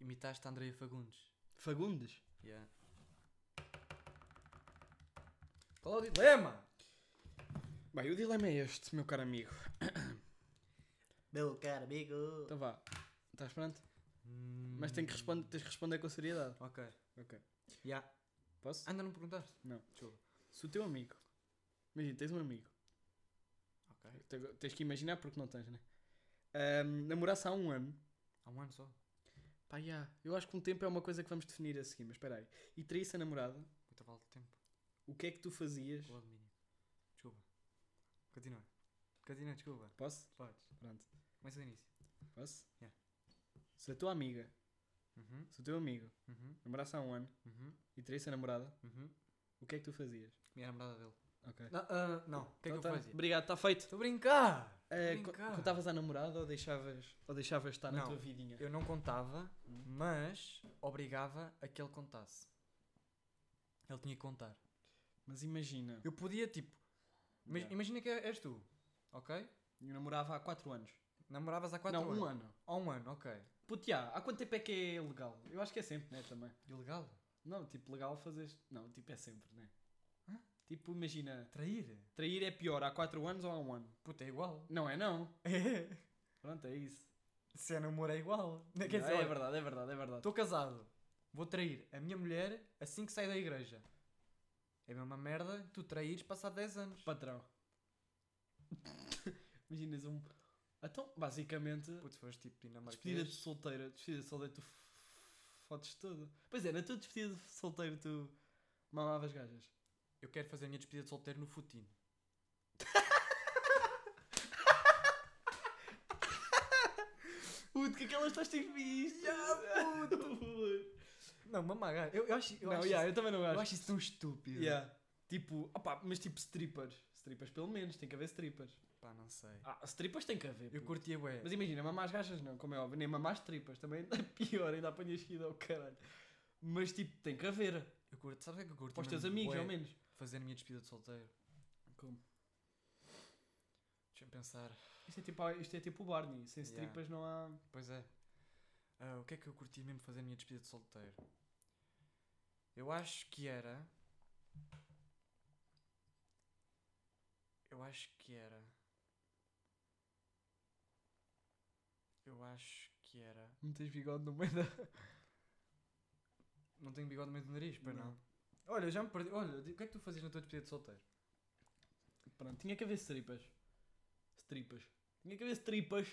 [SPEAKER 1] Imitaste a Andreia Fagundes.
[SPEAKER 2] Fagundes?
[SPEAKER 1] Yeah. Qual é o dilema?
[SPEAKER 2] Bem, o dilema é este, meu caro amigo.
[SPEAKER 3] Meu caro amigo.
[SPEAKER 2] Então vá, estás pronto? Mas tem que responder, tens que responder com seriedade.
[SPEAKER 1] Hum. Ok.
[SPEAKER 2] Ok.
[SPEAKER 1] Yeah.
[SPEAKER 2] Posso?
[SPEAKER 1] Ainda não me perguntaste?
[SPEAKER 2] Não.
[SPEAKER 1] Desculpa.
[SPEAKER 2] Se o teu amigo. Imagina, tens um amigo.
[SPEAKER 1] Ok.
[SPEAKER 2] Te- Tens que imaginar porque não tens, né? Ahm, namorasse há um ano.
[SPEAKER 1] Há um ano só.
[SPEAKER 2] Pá, já. Eu acho que um tempo é uma coisa que vamos definir a seguir, mas espera aí. E traísse a namorada,
[SPEAKER 1] Muito vale de tempo.
[SPEAKER 2] o que é que tu fazias?
[SPEAKER 1] O alumínio. Desculpa. Continua. Continua, desculpa.
[SPEAKER 2] Posso?
[SPEAKER 1] Podes.
[SPEAKER 2] Pronto.
[SPEAKER 1] Começa do início.
[SPEAKER 2] Posso?
[SPEAKER 1] Yeah.
[SPEAKER 2] Se a tua amiga,
[SPEAKER 1] Uhum.
[SPEAKER 2] se o teu amigo,
[SPEAKER 1] Uhum.
[SPEAKER 2] namorasse há um ano
[SPEAKER 1] Uhum.
[SPEAKER 2] e traísse a namorada,
[SPEAKER 1] Uhum.
[SPEAKER 2] o que é que tu fazias?
[SPEAKER 1] Minha namorada dele.
[SPEAKER 2] Ok.
[SPEAKER 1] Não, ah, não. O que é que eu
[SPEAKER 2] Então tá.
[SPEAKER 1] fazia?
[SPEAKER 2] Obrigado, está feito.
[SPEAKER 1] Estou a brincar!
[SPEAKER 2] Eh,
[SPEAKER 1] Tô a
[SPEAKER 2] co-
[SPEAKER 1] brincar.
[SPEAKER 2] contavas à namorada ou deixavas, ou deixavas estar na
[SPEAKER 1] Não.
[SPEAKER 2] tua vidinha?
[SPEAKER 1] Eu não contava,
[SPEAKER 2] Hum.
[SPEAKER 1] mas obrigava a que ele contasse. Ele tinha que contar.
[SPEAKER 2] Mas imagina,
[SPEAKER 1] Eu podia, tipo. ima-
[SPEAKER 2] Yeah.
[SPEAKER 1] Imagina que és tu, ok?
[SPEAKER 2] eu namorava há 4 anos.
[SPEAKER 1] Namoravas há 4
[SPEAKER 2] não,
[SPEAKER 1] anos.
[SPEAKER 2] um ano.
[SPEAKER 1] Há um ano, ok.
[SPEAKER 2] Puto, já, há quanto tempo é que é legal? Eu acho que é sempre, né, também.
[SPEAKER 1] Ilegal?
[SPEAKER 2] Não, tipo, legal fazer... Não, tipo, é sempre, né?
[SPEAKER 1] Hã?
[SPEAKER 2] Tipo, imagina,
[SPEAKER 1] Trair?
[SPEAKER 2] trair é pior há 4 anos ou há um ano?
[SPEAKER 1] Puta, é igual.
[SPEAKER 2] Não é não.
[SPEAKER 1] É.
[SPEAKER 2] Pronto, é isso.
[SPEAKER 1] Se é namoro, é igual. Não,
[SPEAKER 2] Ah,
[SPEAKER 1] Quer dizer,
[SPEAKER 2] é
[SPEAKER 1] olha,
[SPEAKER 2] verdade, é verdade, é verdade.
[SPEAKER 1] Estou casado. Vou trair a minha mulher assim que sair da igreja. É a mesma merda que tu traíres passado 10 anos.
[SPEAKER 2] Patrão. Imaginas um. Então, basicamente,
[SPEAKER 1] Putz, foste tipo
[SPEAKER 2] despedida de
[SPEAKER 1] dinamarquês.
[SPEAKER 2] solteira. Despedida de solteira, tu f- fodes toda. Pois é, na tua despedida de solteiro, tu mamavas gajas.
[SPEAKER 1] Eu quero fazer a minha despedida de solteiro no futino.
[SPEAKER 2] Puto, que aquelas estás tipo isto? Já, puto!
[SPEAKER 1] Não, mamar gajo. Eu, eu acho, eu
[SPEAKER 2] não,
[SPEAKER 1] acho
[SPEAKER 2] yeah,
[SPEAKER 1] isso,
[SPEAKER 2] eu também não acho.
[SPEAKER 1] eu acho isso tão estúpido.
[SPEAKER 2] Yeah. Tipo, opá, mas tipo strippers. Strippers pelo menos, tem que haver strippers.
[SPEAKER 1] Pá, não sei.
[SPEAKER 2] Ah, strippers tem que haver.
[SPEAKER 1] Eu
[SPEAKER 2] puto.
[SPEAKER 1] curtia bué.
[SPEAKER 2] Mas imagina, mamar as gajas não, como é óbvio, nem mamar as tripas, também é pior, ainda apanhas seguida ao caralho. Mas tipo, tem que haver,
[SPEAKER 1] Eu curto, sabes o que é que eu curto?
[SPEAKER 2] para os teus
[SPEAKER 1] mesmo
[SPEAKER 2] amigos, um
[SPEAKER 1] bué?
[SPEAKER 2] ao menos.
[SPEAKER 1] Fazer a minha despedida de solteiro. Deixa-me pensar.
[SPEAKER 2] Isto é tipo, isto é tipo o Barney, sem
[SPEAKER 1] Yeah.
[SPEAKER 2] tripas não há.
[SPEAKER 1] Pois é. Ah, o que é que eu curti mesmo fazer a minha despedida de solteiro? Eu acho que era. Eu acho que era. Eu acho que era.
[SPEAKER 2] Não tens bigode no meio da.
[SPEAKER 1] Não tenho bigode no meio do nariz, pois não.
[SPEAKER 2] Não.
[SPEAKER 1] Olha, eu já me perdi. Olha, di- o que é que tu fazias na tua despedida de solteiro?
[SPEAKER 2] Pronto, tinha que haver tripas. Tripas. Tinha que haver tripas.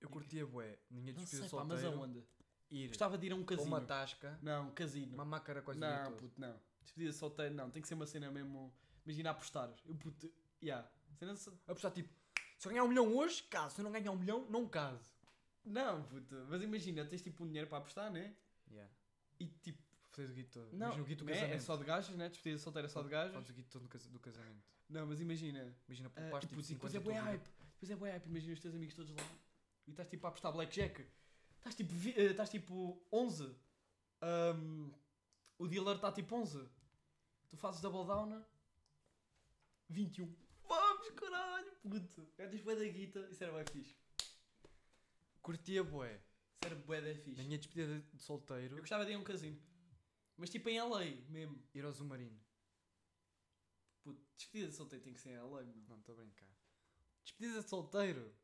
[SPEAKER 1] Eu
[SPEAKER 2] que-
[SPEAKER 1] curtia bué, na minha
[SPEAKER 2] Não
[SPEAKER 1] despedida
[SPEAKER 2] sei,
[SPEAKER 1] de
[SPEAKER 2] pá,
[SPEAKER 1] solteiro.
[SPEAKER 2] mas aonde?
[SPEAKER 1] Ir
[SPEAKER 2] Gostava de ir a um
[SPEAKER 1] a
[SPEAKER 2] casino.
[SPEAKER 1] uma tasca,
[SPEAKER 2] Não, casino.
[SPEAKER 1] uma mácara quase
[SPEAKER 2] Não, puto, não. Despedida solteira, não. Tem que ser uma cena mesmo. Imagina apostar. Eu puto. Yeah. Cena de...
[SPEAKER 1] Apostar tipo, se eu ganhar um milhão hoje, caso. Se eu não ganhar um milhão, não caso.
[SPEAKER 2] Não, puto. Mas imagina, tens tipo um dinheiro para apostar, né?
[SPEAKER 1] Yeah.
[SPEAKER 2] E tipo.
[SPEAKER 1] Fazes o guito todo.
[SPEAKER 2] Não,
[SPEAKER 1] imagina o guito do
[SPEAKER 2] né?
[SPEAKER 1] casamento.
[SPEAKER 2] é só de gajas, né? Despedida solteira é só de gajas.
[SPEAKER 1] Fazes o guito todo do, casa- do casamento.
[SPEAKER 2] Não, mas imagina.
[SPEAKER 1] Imagina,
[SPEAKER 2] ah, e,
[SPEAKER 1] poupaste tipo
[SPEAKER 2] puto,
[SPEAKER 1] 50
[SPEAKER 2] e depois é
[SPEAKER 1] da
[SPEAKER 2] boa
[SPEAKER 1] tua vida.
[SPEAKER 2] hype. Depois é boa hype. Imagina os teus amigos todos lá. E estás tipo a apostar blackjack. Estás tipo. vi- eh, Estás tipo 11. Ahm, o dealer está tipo 11. Tu fazes double down. 21. Vamos, caralho, puto. Ganhas bué da guita. Isso era bué fixe.
[SPEAKER 1] Curtia bué.
[SPEAKER 2] Isso era bué da
[SPEAKER 1] Na
[SPEAKER 2] fixe.
[SPEAKER 1] minha despedida de solteiro,
[SPEAKER 2] Eu gostava de ir a um casino. Mas tipo em LA mesmo.
[SPEAKER 1] ir ao Zumarino.
[SPEAKER 2] Puto, despedida de solteiro tem que ser em LA, meu.
[SPEAKER 1] Não, estou a brincar. Despedida de solteiro.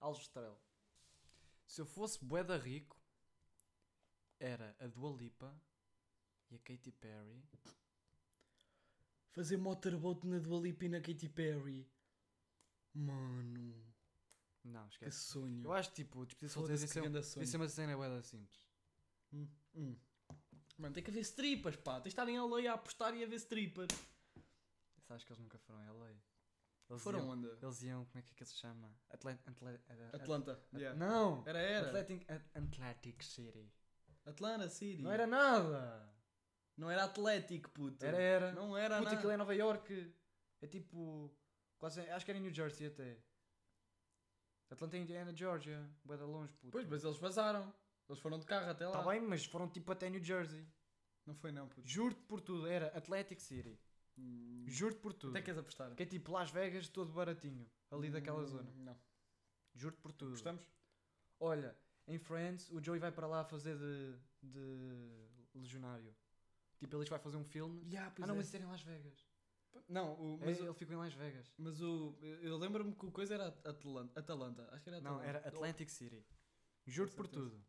[SPEAKER 1] Algestrel. Se eu fosse bué da rico, era a Dua Lipa e a Katy Perry.
[SPEAKER 2] Fazer motorboat na Dua Lipa e na Katy Perry. Mano,
[SPEAKER 1] Não,
[SPEAKER 2] que
[SPEAKER 1] esquece.
[SPEAKER 2] sonho.
[SPEAKER 1] Eu acho tipo, despedida de solteiro
[SPEAKER 2] Foda-se,
[SPEAKER 1] devia
[SPEAKER 2] que
[SPEAKER 1] ser um-
[SPEAKER 2] grande
[SPEAKER 1] devia ser
[SPEAKER 2] sonho.
[SPEAKER 1] uma cena bué da simples.
[SPEAKER 2] Hum. Mano, tem que haver stripas, pá. Tens de estar em LA a apostar e a ver stripas.
[SPEAKER 1] Sabes que eles nunca foram a LA? Eles
[SPEAKER 2] Foram
[SPEAKER 1] iam,
[SPEAKER 2] onde?
[SPEAKER 1] Eles iam, como é que é que se chama? Atlant... Atlant...
[SPEAKER 2] Atlanta. Yeah.
[SPEAKER 1] Não!
[SPEAKER 2] Era, era.
[SPEAKER 1] Atlantic, At- Atlantic City.
[SPEAKER 2] Atlanta City.
[SPEAKER 1] Não era nada!
[SPEAKER 2] não era Atlético, puto.
[SPEAKER 1] Era, era.
[SPEAKER 2] Não era
[SPEAKER 1] Puta,
[SPEAKER 2] nada.
[SPEAKER 1] aquilo é Nova York. É tipo. Quase, acho que era em New Jersey até. Atlanta, é Indiana, Georgia. Bué da longe, puto.
[SPEAKER 2] Pois, mas eles vazaram. Eles foram de carro até lá.
[SPEAKER 1] Tá bem, mas foram tipo até New Jersey.
[SPEAKER 2] Não foi não, puto.
[SPEAKER 1] Juro-te por tudo, era Atlantic City.
[SPEAKER 2] Hum.
[SPEAKER 1] Juro-te por tudo.
[SPEAKER 2] Até queres apostar.
[SPEAKER 1] Que é tipo Las Vegas, todo baratinho. Ali daquela
[SPEAKER 2] Hum,
[SPEAKER 1] zona.
[SPEAKER 2] Não.
[SPEAKER 1] Juro-te por tudo.
[SPEAKER 2] Gostamos?
[SPEAKER 1] Olha, em Friends, o Joey vai para lá fazer de, de legionário. Tipo, ele vai fazer um filme.
[SPEAKER 2] Yeah,
[SPEAKER 1] ah, não, mas isso era em Las Vegas.
[SPEAKER 2] Não, o-
[SPEAKER 1] É,
[SPEAKER 2] é- mas,
[SPEAKER 1] ele
[SPEAKER 2] o,
[SPEAKER 1] ficou em Las Vegas.
[SPEAKER 2] mas o. Eu lembro-me que o coisa era Atlan- Atalanta. Acho que era Atalanta. Então,
[SPEAKER 1] Não, era Atlantic City. Juro-te por
[SPEAKER 2] certeza.
[SPEAKER 1] tudo.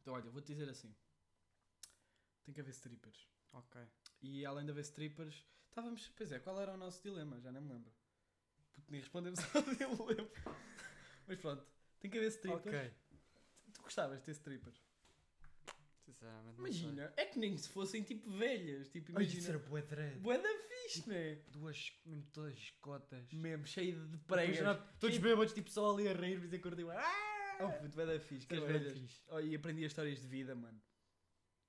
[SPEAKER 2] Então, olha, vou-te dizer assim. Tem que haver strippers.
[SPEAKER 1] Ok.
[SPEAKER 2] E além de haver strippers, estávamos. Pois é, qual era o nosso dilema? Já nem me lembro. Porque nem respondemos ao dilema. Mas pronto, tem que haver strippers.
[SPEAKER 1] Ok.
[SPEAKER 2] Tu gostavas de ter strippers?
[SPEAKER 1] Sinceramente, não sei.
[SPEAKER 2] Imagina, é que nem se fossem tipo velhas. Tipo,
[SPEAKER 1] Ai, isso era
[SPEAKER 2] imagina.
[SPEAKER 1] bué Tipo, dread.
[SPEAKER 2] Boa da fixe, né?
[SPEAKER 1] Duas, mesmo todas cotas.
[SPEAKER 2] Mesmo, cheio de
[SPEAKER 1] Todos
[SPEAKER 2] pregas.
[SPEAKER 1] na- Todos
[SPEAKER 2] Sim.
[SPEAKER 1] bêbados, tipo só ali a rir, mas a curtir. Ah!
[SPEAKER 2] Oh, puto, bué da fixe, que
[SPEAKER 1] Era
[SPEAKER 2] as
[SPEAKER 1] bué da
[SPEAKER 2] velhas.
[SPEAKER 1] fixe.
[SPEAKER 2] Oh, e aprendi as histórias de vida, mano.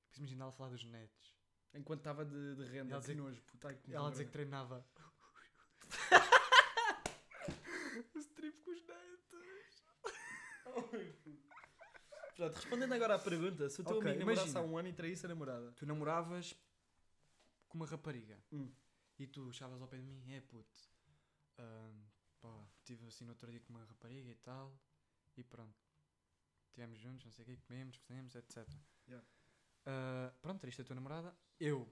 [SPEAKER 1] Depois imagina ela falar dos netos.
[SPEAKER 2] Enquanto estava de, de renda.
[SPEAKER 1] Ela
[SPEAKER 2] que
[SPEAKER 1] dizer-
[SPEAKER 2] nojo, puto. Ai, que
[SPEAKER 1] Ela a dizer que
[SPEAKER 2] vergonha.
[SPEAKER 1] treinava.
[SPEAKER 2] strip com os netos. Pronto, respondendo agora à pergunta, se o teu
[SPEAKER 1] Ok,
[SPEAKER 2] amigo namorasse
[SPEAKER 1] imagina.
[SPEAKER 2] há um ano e traísse a namorada.
[SPEAKER 1] Tu namoravas com uma rapariga
[SPEAKER 2] Hum.
[SPEAKER 1] e tu chavas ao pé de mim, é puto, ahm, pá, tive assim no outro dia com uma rapariga e tal, e pronto. Estivemos juntos, não sei o que, comemos, fizemos, etc.
[SPEAKER 2] Yeah.
[SPEAKER 1] Ah, pronto, triste a tua namorada. Eu.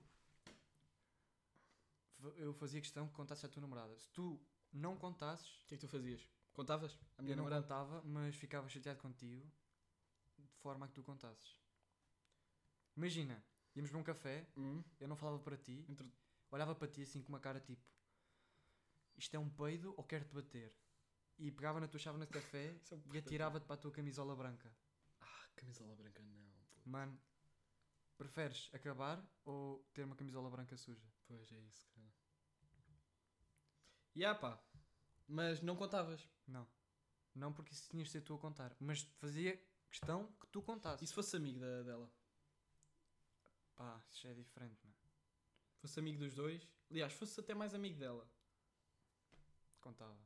[SPEAKER 1] fa- Eu fazia questão que contasses à tua namorada. Se tu não contasses,
[SPEAKER 2] O que é que tu fazias? Contavas? A
[SPEAKER 1] eu
[SPEAKER 2] minha
[SPEAKER 1] não
[SPEAKER 2] namorada?
[SPEAKER 1] contava, mas ficava chateado contigo. forma a que tu contasses. Imagina, íamos para um café, eu não falava para ti,
[SPEAKER 2] Entre-
[SPEAKER 1] olhava para ti assim com uma cara tipo: Isto é um peido ou quero-te bater? E pegava na tua chávena de café
[SPEAKER 2] Isso é um
[SPEAKER 1] e
[SPEAKER 2] portador.
[SPEAKER 1] atirava-te para a tua camisola branca.
[SPEAKER 2] Ah, camisola branca não. pô.
[SPEAKER 1] Mano, preferes acabar ou ter uma camisola branca suja?
[SPEAKER 2] Pois é isso, cara. E ah pá, mas não contavas.
[SPEAKER 1] Não. Não porque isso tinhas de ser tu a contar. Mas fazia questão que tu contasses.
[SPEAKER 2] E se fosse amigo da- dela?
[SPEAKER 1] Pá, isso já é diferente, mano.
[SPEAKER 2] Fosse amigo dos dois? Aliás, fosse até mais amigo dela.
[SPEAKER 1] Contava,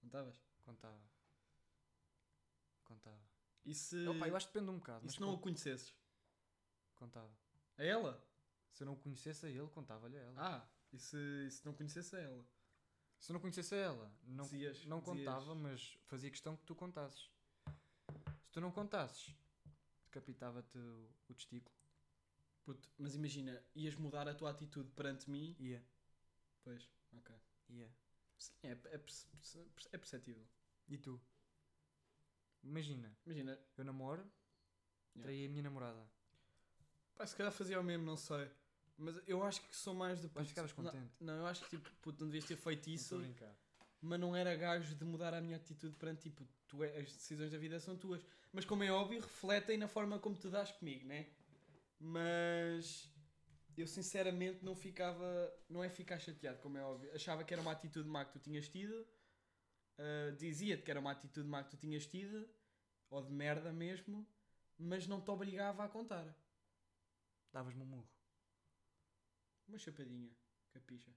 [SPEAKER 2] Contavas?
[SPEAKER 1] contava. Contava.
[SPEAKER 2] E se,
[SPEAKER 1] Opa, eu acho que depende um bocado.
[SPEAKER 2] e
[SPEAKER 1] Mas
[SPEAKER 2] se Eh, não
[SPEAKER 1] con-
[SPEAKER 2] o conhecesses?
[SPEAKER 1] contava.
[SPEAKER 2] A ela?
[SPEAKER 1] Se eu não conhecesse a ele, contava-lhe a ela.
[SPEAKER 2] Ah, e se, e se não conhecesse a ela?
[SPEAKER 1] Se eu não conhecesse a ela, não,
[SPEAKER 2] Dizias-
[SPEAKER 1] não
[SPEAKER 2] dizias-
[SPEAKER 1] contava, mas fazia questão que tu contasses. Se tu não contasses, decapitava-te o, o testículo.
[SPEAKER 2] Puto, mas imagina, ias mudar a tua atitude perante mim?
[SPEAKER 1] Ia,
[SPEAKER 2] Pois, ok.
[SPEAKER 1] ia.
[SPEAKER 2] Sim, é, é, perce- perce- é perceptível.
[SPEAKER 1] E tu? Imagina,
[SPEAKER 2] Imagina,
[SPEAKER 1] eu namoro,
[SPEAKER 2] Yeah.
[SPEAKER 1] traí a minha namorada.
[SPEAKER 2] pá, se calhar fazia o mesmo, não sei. Mas eu acho que sou mais de.
[SPEAKER 1] Mas ficavas
[SPEAKER 2] Não-
[SPEAKER 1] contente.
[SPEAKER 2] Não, eu acho que tipo, puto, não devias ter feito isso.
[SPEAKER 1] Não estou a brincar.
[SPEAKER 2] mas não era gajo de mudar a minha atitude perante tipo, tu é- as decisões da vida são tuas. Mas como é óbvio, refletem na forma como tu dás comigo, né? Mas eu sinceramente não ficava, não é ficar chateado, como é óbvio. Achava que era uma atitude má que tu tinhas tido, ah, dizia-te que era uma atitude má que tu tinhas tido, ou de merda mesmo, mas não te obrigava a contar.
[SPEAKER 1] Davas-me um murro.
[SPEAKER 2] Uma chapadinha, capicha,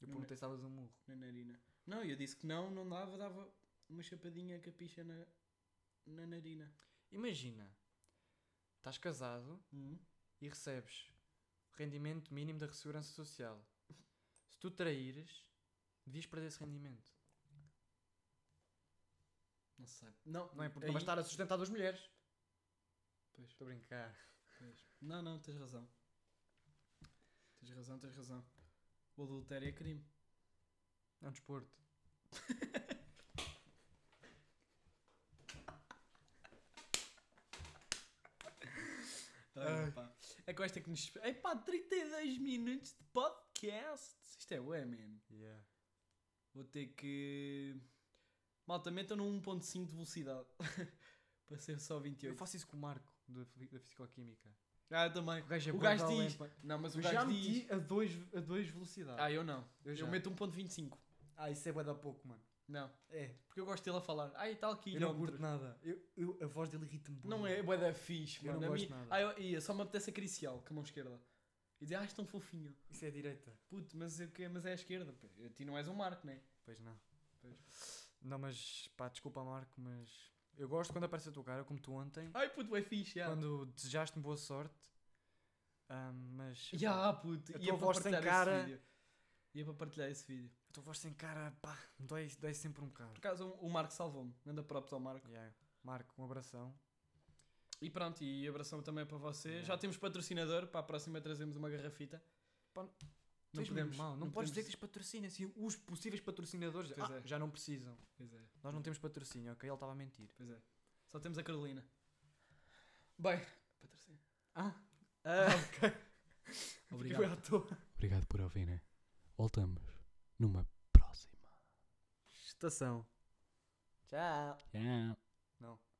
[SPEAKER 1] Eu
[SPEAKER 2] Não,
[SPEAKER 1] perguntei se davas um murro.
[SPEAKER 2] na narina. Não, eu disse que não, não dava, dava uma chapadinha, capicha na, na narina.
[SPEAKER 1] Imagina, estás casado e recebes rendimento mínimo da segurança social. Se tu traíres, devias perder esse rendimento.
[SPEAKER 2] Não sei. Não,
[SPEAKER 1] Não é porque
[SPEAKER 2] aí-
[SPEAKER 1] não vais estar a sustentar duas mulheres.
[SPEAKER 2] Pois,
[SPEAKER 1] Estou a brincar.
[SPEAKER 2] pois. Não, não, tens razão. Tens razão, tens razão. O adultério é crime.
[SPEAKER 1] É um desporto.
[SPEAKER 2] Ai, pá. É com esta que nos. Ei pá, 32 minutos de podcast. Isto é ué, man.
[SPEAKER 1] Yeah.
[SPEAKER 2] Vou ter que. Malta, metam num 1.5 de velocidade. Para ser só
[SPEAKER 1] Eu
[SPEAKER 2] 28.
[SPEAKER 1] faço isso com o Marco, do fi- da Fisicoquímica.
[SPEAKER 2] Ah, eu também.
[SPEAKER 1] O gajo é
[SPEAKER 2] O
[SPEAKER 1] bué
[SPEAKER 2] gajo
[SPEAKER 1] valente,
[SPEAKER 2] diz.
[SPEAKER 1] pá.
[SPEAKER 2] Não, mas o
[SPEAKER 1] Eu já
[SPEAKER 2] gajo
[SPEAKER 1] meti
[SPEAKER 2] diz.
[SPEAKER 1] a dois, a dois velocidades.
[SPEAKER 2] Ah, eu não. Eu,
[SPEAKER 1] já.
[SPEAKER 2] meto 1.25.
[SPEAKER 1] Ah, isso é bué da pouco, mano.
[SPEAKER 2] Não.
[SPEAKER 1] É.
[SPEAKER 2] Porque eu gosto dele a falar. Ah, e tal
[SPEAKER 1] Eu não curto nada. Eu, eu- a voz dele irrita-me. bué.
[SPEAKER 2] Não é bué da fixe,
[SPEAKER 1] Eu
[SPEAKER 2] mano.
[SPEAKER 1] não
[SPEAKER 2] A
[SPEAKER 1] gosto
[SPEAKER 2] mim-
[SPEAKER 1] nada.
[SPEAKER 2] Ah, eu, ia, só me apetece acariciá-lo com a mão esquerda. E dizer, ah, és tão fofinho.
[SPEAKER 1] Isso é direita.
[SPEAKER 2] Puto, mas, eu, que- mas é a esquerda. pô. A ti não és um Marco, né?
[SPEAKER 1] Pois não.
[SPEAKER 2] Pois.
[SPEAKER 1] Não, mas pá, desculpa, Marco, mas eu gosto quando aparece a tua cara, como tu ontem,
[SPEAKER 2] Ai, puto, é fixe, já.
[SPEAKER 1] quando desejaste-me boa sorte. Ah, mas
[SPEAKER 2] Já, puto.
[SPEAKER 1] A
[SPEAKER 2] ia
[SPEAKER 1] tua
[SPEAKER 2] para
[SPEAKER 1] voz sem
[SPEAKER 2] partilhar
[SPEAKER 1] cara-
[SPEAKER 2] Esse vídeo. Ia para partilhar esse vídeo.
[SPEAKER 1] a tua voz sem cara, pá, dói, dói sempre um
[SPEAKER 2] Por
[SPEAKER 1] bocado.
[SPEAKER 2] acaso, o Marco salvou-me. Manda props ao Marco.
[SPEAKER 1] Yeah. Marco, um abração.
[SPEAKER 2] E pronto, e abração também para você.
[SPEAKER 1] Yeah.
[SPEAKER 2] Já temos patrocinador. Para a próxima trazemos uma garrafita.
[SPEAKER 1] Pá,
[SPEAKER 2] não
[SPEAKER 1] Tu és mesmo mau, não, podes dizer que
[SPEAKER 2] podemos-
[SPEAKER 1] tens patrocínio, assim, os possíveis patrocinadores
[SPEAKER 2] Pois
[SPEAKER 1] ah,
[SPEAKER 2] é.
[SPEAKER 1] já não precisam.
[SPEAKER 2] Pois é.
[SPEAKER 1] Nós não temos patrocínio, ok? Ele estava a mentir.
[SPEAKER 2] Pois é. Só temos a Carolina. Bem, patrocínio.
[SPEAKER 1] Ah,
[SPEAKER 2] Ah,
[SPEAKER 1] Obrigado.
[SPEAKER 2] Obrigado.
[SPEAKER 1] à toa.
[SPEAKER 4] Obrigado por ouvirem. Voltamos numa próxima.
[SPEAKER 1] Estação. Tchau.
[SPEAKER 4] Tchau.
[SPEAKER 1] Não.